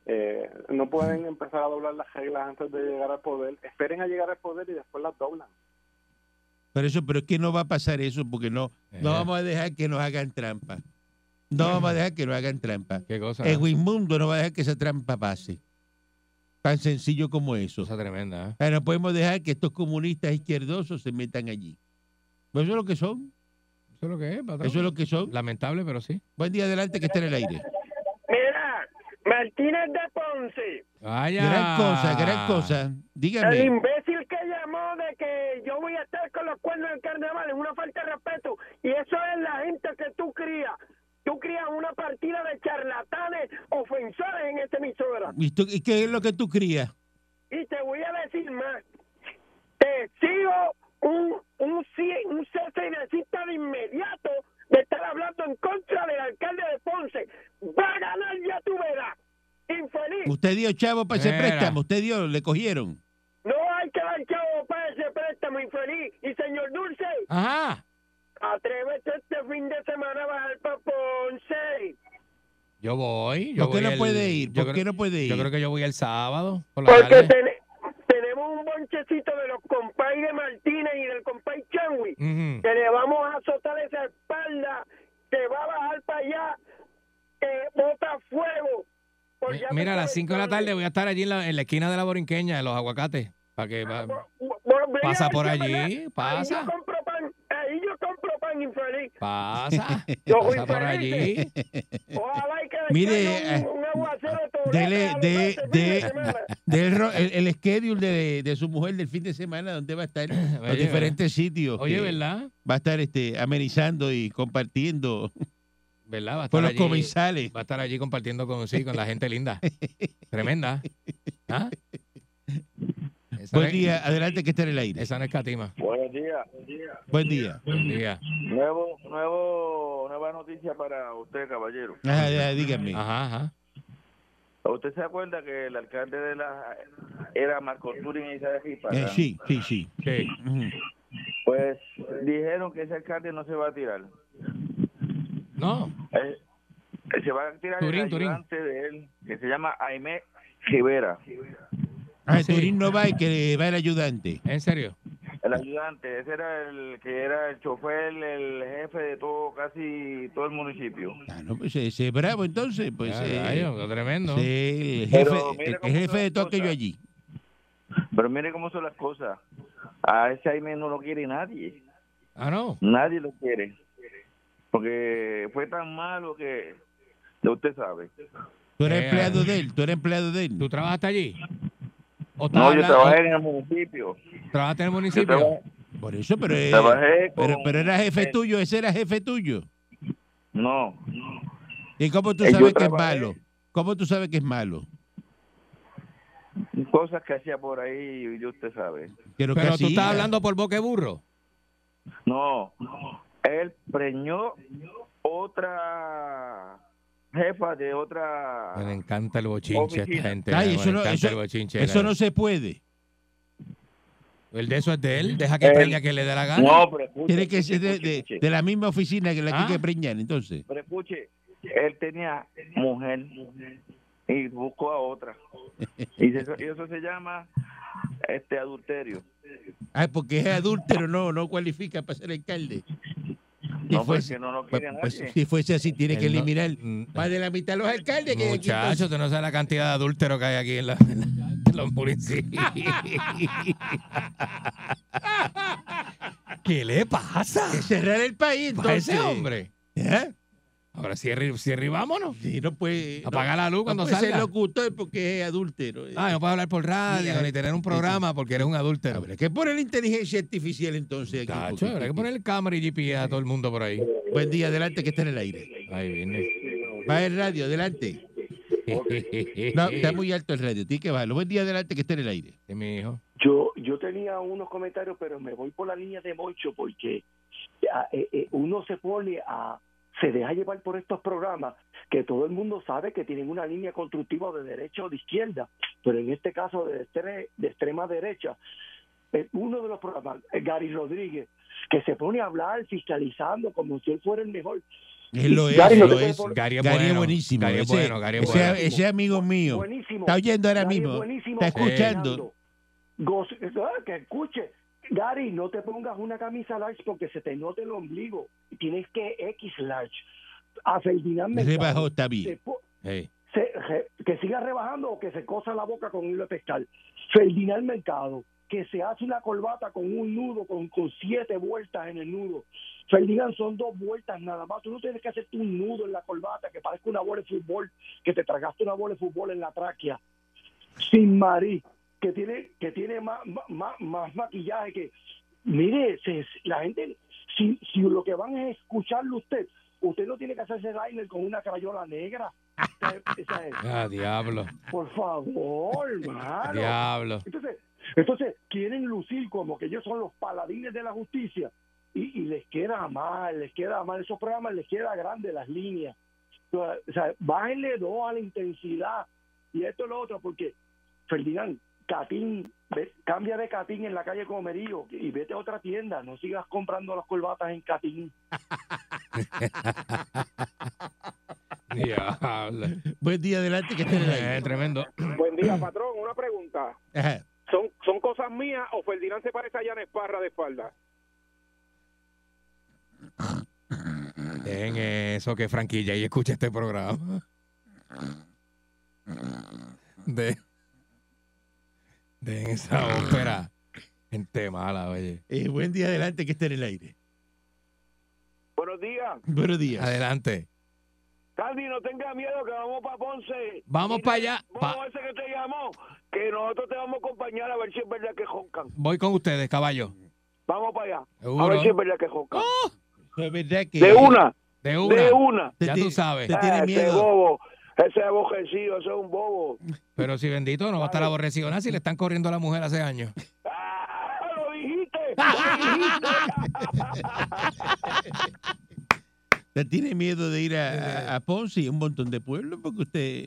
eh, no pueden empezar a doblar las reglas antes de llegar al poder. Esperen a llegar al poder y después las doblan.
Pero eso, pero es que no va a pasar eso porque no, no
Ajá.
vamos a dejar que nos hagan trampa. No vamos a dejar que nos hagan trampa.
Qué cosa. ¿eh?
El Wismundo no va a dejar que esa trampa pase. Tan sencillo como eso.
cosa tremenda. ¿eh?
O sea, no podemos dejar que estos comunistas izquierdosos se metan allí. Pues eso es lo que son.
Eso es lo que es, patrón.
Eso es lo que son.
Lamentable, pero sí.
Buen día adelante que está en el aire.
Mira, Martínez de Ponce,
Vaya.
Gran cosa, gran cosa. Dígame.
imbécil que llamó de que yo voy a estar con los cuernos en carnaval, es una falta de respeto. Y eso es la gente que tú crías. Tú crías una partida de charlatanes ofensores en esta emisora.
¿Y, tú- y qué es lo que tú crías?
Y te voy a decir más. Te sigo un, un, cie- un cese y desista de inmediato de estar hablando en contra del alcalde de Ponce. Va a ganar, ya tú verás. Infeliz.
Usted dio chavo para ese
Mira.
préstamo. Usted dio, le cogieron.
No hay que dar chavo para ese préstamo, infeliz. Y señor Dulce,
Ajá.
atrévete este fin de semana a bajar para Ponce.
Yo voy. Yo
¿Por qué
voy
no
el-
puede ir?
yo
¿Por qué
creo-
no puede
Yo creo
ir?
que yo voy el sábado por la
Porque
tarde.
tene- tenemos un bonchecito de los compay de Martínez y del compay Chanwi.
Ujú.
que le vamos a azotar esa espalda, que va a bajar para allá, que bota fuego. Pues
Mi-
ya
Mira, a
tú
las
sabes
5 de la tarde
dónde.
voy a estar allí en la, en la esquina de la Borinqueña, en los aguacates. Para que pa-
Bo- bo-
pasa por
Brian,
allí,
Ahí
pasa.
yo compro pan, ahí yo compro pan infeliz.
Ah,
Pasa.
Yo voy
Pasa por allí.
feliz. Ojalá y que
Mire,
descargue un,
eh,
un aguacero
dele-
torrente a los
de-
dos este fin
de-
semana.
Del ro- el, el schedule de, de su mujer del fin de semana, donde va a estar los
¿verdad?
diferentes sitios.
Oye,
que
¿verdad?
Va a estar este, amenizando y compartiendo
¿Verdad? Va a
con
estar
los
allí.
comensales.
Va a estar allí compartiendo con, sí, con la gente linda. Tremenda. ¿Ah? Esa no
Buen
es-
día, adelante que está en el aire.
Esa no es catima.
Buenos días.
Buen día.
Buen día.
Nuevo, nuevo, nueva noticia para usted, caballero.
Ajá, Ah, ya, dígame.
Ajá, ajá.
¿Usted se acuerda que el alcalde de la era Marco Turín y Isabel
Eh, sí, sí, sí.
Sí.
Ujú.
Pues dijeron que ese alcalde no se va a tirar.
No.
Eh, se va a tirar
Turín,
el
Turín.
ayudante de él, que se llama Jaime Rivera.
Ah,
Sí.
Turín no va y que va el ayudante.
En serio.
El ayudante, ese era el que era el chofer, el jefe de todo, casi todo el municipio.
Ah, no, pues ese es bravo entonces. Pues,
Ya,
eh,
rayo, lo tremendo.
ese es el jefe,
Pero mira
el- el
cómo son
jefe de
las
todo
cosas.
aquello allí.
Pero mire cómo son las cosas. A ese Jaime no lo quiere nadie.
Ah, no.
Nadie lo quiere. Porque fue tan malo que ya usted sabe.
Tú eres
Eh,
empleado de él, tú eres empleado de él.
¿Tú trabajaste allí? ¿O estabas
No, yo
hablando-
trabajé en el municipio.
trabajaste en el
Yo
municipio?
traba-
Por eso, pero, eh,
trabajé con...
pero, pero era jefe
eh,
tuyo, ese era jefe tuyo.
No,
¿Y cómo tú
Eh, yo
sabes que es
trabajé-
malo? ¿Cómo tú sabes que es malo?
cosas que hacía por ahí, ya usted sabe.
Pero,
Pero
casi-
tú estás hablando por boca de burro.
No, él preñó otra jefa de otra...
Me encanta el bochinche a esta
Oficina.
gente.
Ay,
me
eso no-
encanta
eso-
el bochinche.
Eso no se puede.
El de eso es de él. Deja que
El-
preña que le dé la gana.
Eh, No, pero escuche,
Tiene que ser de,
escuche,
de-
escuche.
de la misma oficina que la
Ah.
que hay que preñar, entonces.
Pero escuche, él tenía mujer y buscó a otra. Y eso, y eso se llama este adulterio.
Ah, porque es adúltero, no, no cualifica para ser alcalde. Si
No,
fuese-
porque no lo
pues-
quiere
pues,
nadie.
si fuese así, tiene
Él
que
no-
eliminar
Mm.
más de la mitad de los alcaldes que hay aquí, pues.
Muchachos, tú no sabes la cantidad de adúlteros que hay aquí en, la- en la- en los municipios. ¿Qué le pasa?
entonces. cerrar el país,
a
entonces.
ese Pues, hombre?
¿Eh?
Ahora cierre, cierre y vámonos.
Sí, no puede.
Apaga
no- pues,
la luz cuando
no puede ser
salga.
locutor porque es adúltero.
Ah, no puedes hablar por radio
Mira,
ni tener un programa porque eres un
Ah,
adúltero.
pero hay que poner inteligencia artificial entonces. aquí,
Muchacho,
porque-
habrá que poner cámara y GPS a todo el mundo por ahí.
Buen día, adelante que está en el aire.
Ahí viene.
Va
Eh,
el radio, adelante. No, está muy alto el radio, tiene que bajarlo. Buen día, adelante que está en el aire.
Sí, mi hijo.
Yo, yo tenía unos comentarios, pero me voy por la línea de Mocho porque ah, eh, eh, uno se pone a se deja llevar por estos programas que todo el mundo sabe que tienen una línea constructiva de derecha o de izquierda, pero en este caso de, estre- de extrema derecha. Eh, Uno de los programas, eh, Gary Rodríguez, que se pone a hablar fiscalizando como si él fuera el mejor.
Él lo es,
Gary, no
lo
te
es.
puedo-
Gary es,
Gary es
bueno,
buenísimo.
Gary es
ese,
bueno, Gary es
ese-
bueno.
ese amigo mío.
Buenísimo.
Está oyendo ahora
Gary es
mismo.
buenísimo
Está escuchando.
cocinando. Goce- ah, que escuche. Gary, no te pongas una camisa large porque se te nota el ombligo. Tienes que X large. A Ferdinand
Ese
Mercado,
bajó está
se
bien.
po-
Hey.
se- re- que siga rebajando o que se cosa la boca con hilo de pescar. Ferdinand Mercado, que se hace una corbata con un nudo, con, con siete vueltas en el nudo. Ferdinand, son dos vueltas nada más. Tú no tienes que hacerte un nudo en la corbata que parezca una bola de fútbol, que te tragaste una bola de fútbol en la tráquea. Sin Marí, que tiene, que tiene más, más, más maquillaje que... Mire, se- la gente, si, si lo que van es escucharlo usted, usted no tiene que hacerse liner con una crayola negra. Eh, O sea,
Ah, diablo,
por favor,
Ah,
mano.
diablo.
Entonces, entonces, quieren lucir como que ellos son los paladines de la justicia y, y les queda mal, les queda mal. Esos programas les queda grande las líneas. O sea, bájenle dos a la intensidad y esto es lo otro, porque Ferdinand, Catín, ve- cambia de Catín en la calle Comerío y vete a otra tienda. No sigas comprando las corbatas en Catín.
Diablo.
Buen día, adelante, que esté en el aire.
Eh, tremendo.
Buen día, patrón. Una pregunta.
Ajá.
¿Son, ¿Son cosas mías o Ferdinand se parece a Jan Esparra de espalda?
Dejen eso que franquilla y escucha este programa. De, dejen esa ópera. Gente mala, oye.
Eh, buen día, adelante, que esté en el aire.
Buenos días.
Buenos
Ah.
días.
Adelante.
Candy, no tenga miedo que vamos para Ponce.
Vamos pa' allá. Pa-
Vamos ese que te llamó, que nosotros te vamos a acompañar a ver si es verdad que joncan.
Voy con ustedes, caballo.
Vamos para allá. A
Seguro.
ver si es verdad que joncan.
Es verdad que
De una,
De
de
una.
una.
Ya
Te-
tú sabes.
te tiene
Ah, Ese
miedo.
bobo, ese bojecillo, ese es un bobo.
Pero si bendito no va a estar aborrecido nada si le están corriendo a la mujer hace años.
¡Ah, lo dijiste! ¡Lo dijiste!
Usted tiene miedo de ir a, a- a Ponce y un montón de pueblos porque usted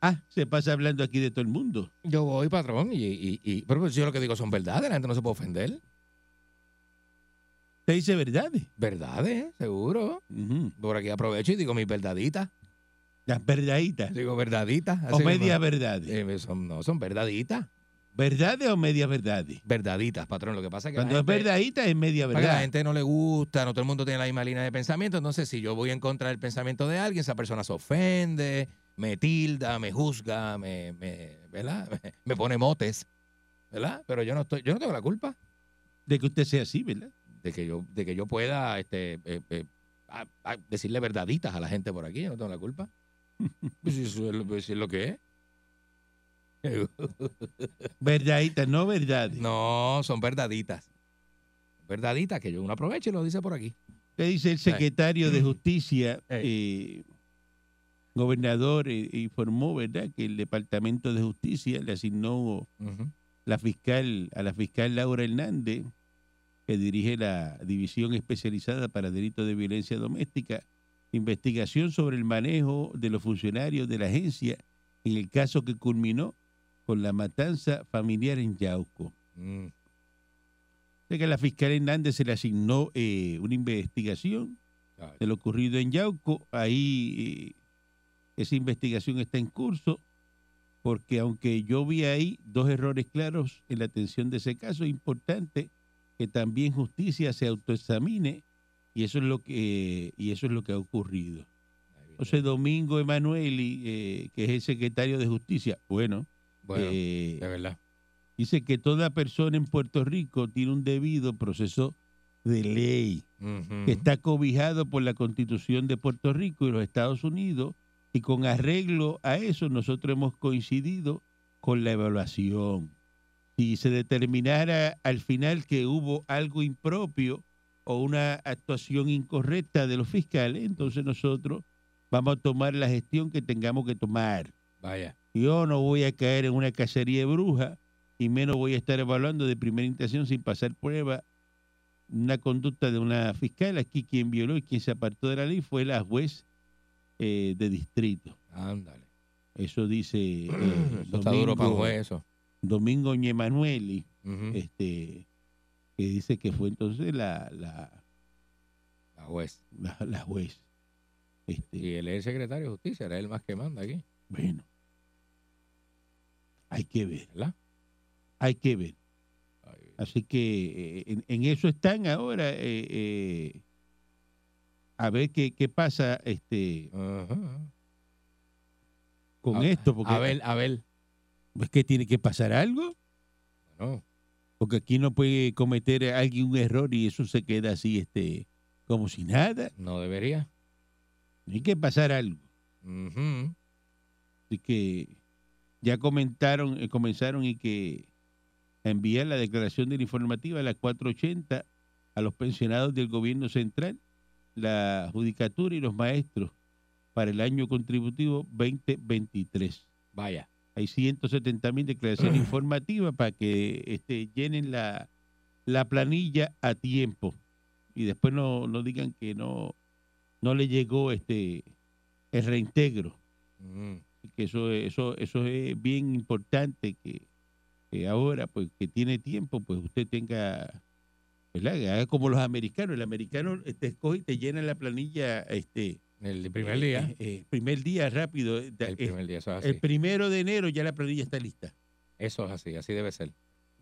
ah, se pasa hablando aquí de todo el mundo.
Yo voy, patrón, y, y, y- pero si yo lo que digo son verdades, la gente no se puede ofender.
Usted dice verdades.
Verdades, seguro.
Ujú.
Por aquí aprovecho y digo mis verdaditas.
Las verdaditas.
Digo verdaditas.
O
así mismo.
medias verdades.
Eh, son- no, son verdaditas.
¿Verdades o medias verdades?
Verdaditas, patrón. Lo que pasa es que la
Cuando es
gente-
verdadita es media
para que la
verdad.
gente no le gusta, no todo el mundo tiene la misma línea de pensamiento. Entonces, si yo voy en contra del pensamiento de alguien, esa persona se ofende, me tilda, me juzga, me, me- ¿verdad? me pone motes, ¿verdad? Pero yo no estoy, yo no tengo la culpa.
De que usted sea así, ¿verdad?
de que yo de que yo pueda este eh, eh, a- a- decirle verdaditas a la gente por aquí yo no tengo la culpa pues si eso es lo, pues si es lo que es
Verdaditas, no verdades.
no son verdaditas verdaditas que yo uno aprovecha y lo dice por aquí
Usted dice el secretario de Justicia, eh, gobernador, eh, informó, ¿verdad?, que el Departamento de Justicia le asignó
Ujú.
la fiscal, a la fiscal Laura Hernández, que dirige la División Especializada para Delitos de Violencia Doméstica, investigación sobre el manejo de los funcionarios de la agencia en el caso que culminó con la matanza familiar en Yauco.
Mm.
De que a la fiscal Hernández se le asignó eh, una investigación
Ay.
de lo ocurrido en Yauco. Ahí eh, esa investigación está en curso porque aunque yo vi ahí dos errores claros en la atención de ese caso, es importante que también justicia se autoexamine y eso es lo que y eso es lo que ha ocurrido. Entonces Domingo Emanueli, eh, que es el secretario de Justicia, bueno,
bueno
eh,
de verdad
Dice que toda persona en Puerto Rico tiene un debido proceso de ley
Ujú.
que está cobijado por la Constitución de Puerto Rico y los Estados Unidos y con arreglo a eso nosotros hemos coincidido con la evaluación. Si se determinara al final que hubo algo impropio o una actuación incorrecta de los fiscales, entonces nosotros vamos a tomar la gestión que tengamos que tomar.
vaya
Yo no voy a caer en una cacería de brujas y menos voy a estar evaluando de primera intención sin pasar prueba una conducta de una fiscal. Aquí quien violó y quien se apartó de la ley fue la juez eh, de distrito.
Ándale.
Eso dice eh,
Eso está duro para un
Domingo,
juez, eso.
Domingo Ñemanueli,
Ujú.
este, que dice que fue entonces la, la,
La juez.
la, la juez. Este,
Y él es el secretario de justicia, era el más que manda aquí,
Bueno, hay que ver,
¿verdad?
hay que ver.
Ay,
Así que eh, en, en eso están ahora. eh, eh, a ver qué, qué pasa este,
ajá.
con
A-
esto. Porque
A ver, a ver.
es que tiene que pasar algo.
Bueno,
Porque aquí no puede cometer alguien un error y eso se queda así, este, como si nada.
no debería.
Tiene que pasar algo.
Ujú.
Así que ya comentaron, eh, comenzaron y que a enviar la declaración de la informativa a las 480 a los pensionados del gobierno central, la judicatura y los maestros para el año contributivo 2023.
Vaya.
Hay 170 mil declaraciones informativas para que este, llenen la, la planilla a tiempo y después no, no digan que no, no le llegó este el reintegro
Ujú.
que eso es- eso eso es bien importante que, que ahora pues que tiene tiempo pues usted tenga ¿verdad? Que haga como los americanos el americano eh, te escoge y te llena la planilla este
El primer día.
eh, eh, primer día rápido eh, da- eh,
El
el,
primer día, eso es así.
primero de enero ya la planilla está lista
Eso es así, así debe ser.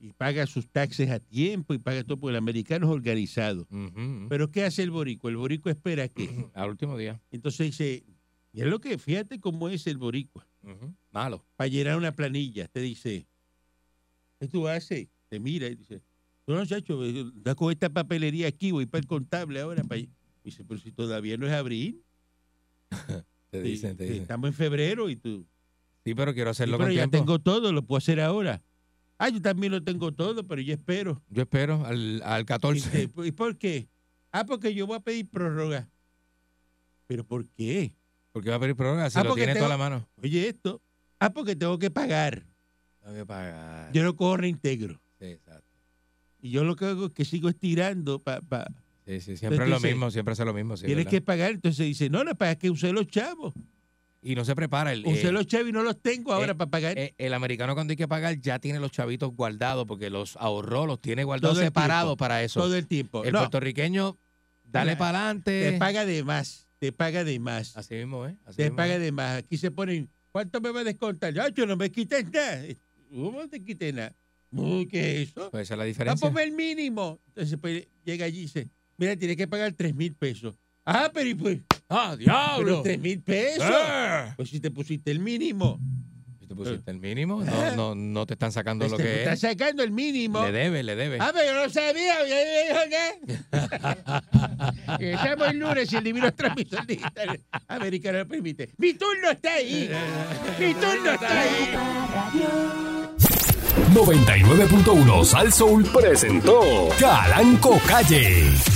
y paga sus taxes a tiempo y paga todo porque el americano es organizado
Ujú.
pero qué hace el borico el borico espera que
Al último día.
entonces dice y es lo que fíjate cómo es el boricua
Ujú. Malo.
para llenar una planilla. Te dice, ¿qué tú haces? Te mira y dice, no, muchacho, eh, da con esta papelería aquí, voy para el contable ahora. Para... Dice, pero si todavía no es abril,
Te
eh,
dicen, te
eh,
dicen.
estamos en febrero y tú.
Sí, pero quiero
"Sí,
hacerlo
pero
con
ya
tiempo.
tengo todo, lo puedo hacer ahora. Ah, yo también lo tengo todo, pero yo espero.
Yo espero al, al
Dice, "Pues,
14.
¿Y por qué? Ah, porque yo voy a pedir prórroga. ¿Pero por qué?
Porque va a pedir prórroga. Si
Ah,
lo
porque
tiene toda la
tengo-
mano.
Oye, esto. Ah, porque tengo que pagar.
Tengo que pagar.
Yo no cojo reintegro.
Sí, exacto.
Y yo lo que hago es que sigo estirando para...
Sí, sí, siempre es
tú
lo
dices,
mismo, siempre hace lo mismo. sí,
Tienes
¿verdad?
que pagar. Entonces dice, no, no, para que usé los chavos.
Y no se prepara. El,
Usé
eh,
los chavos y no los tengo ahora
eh,
para pagar.
eh, el americano cuando hay que pagar ya tiene los chavitos guardados porque los ahorró, los tiene guardados
Todo el
separados
tiempo,
para eso.
todo el tiempo.
El
no,
puertorriqueño, dale
Mira,
para adelante.
te paga de más. Te paga de más.
Así mismo, ¿eh? Así
te
mismo,
paga
¿eh?
de más. Aquí se ponen, ¿cuánto me va a descontar? Yo, yo no me quites nada. ¿Cómo te quité nada? Uy, ¿Qué es eso?
Pues esa es la
Ah,
diferencia.
ponme el mínimo. Entonces pues, llega allí y dice, mira, tienes que pagar tres mil pesos. Ah, pero y pues,
¡Ah,
pero
diablo!
tres mil pesos.
¡Eh!
Pues si te pusiste el mínimo.
Si te pusiste el mínimo, no,
Eh.
no, no te están sacando
Pues
lo
te
que
estás
es.
sacando el mínimo.
Le debe, le debe.
Ah, pero yo no sabía, ya me dijo que- que Estamos el lunes y el divino transmisor digital americano lo permite. Mi turno está ahí. Mi turno está ahí.
La Radio.
99.1 Sal Soul presentó Calanco Calle.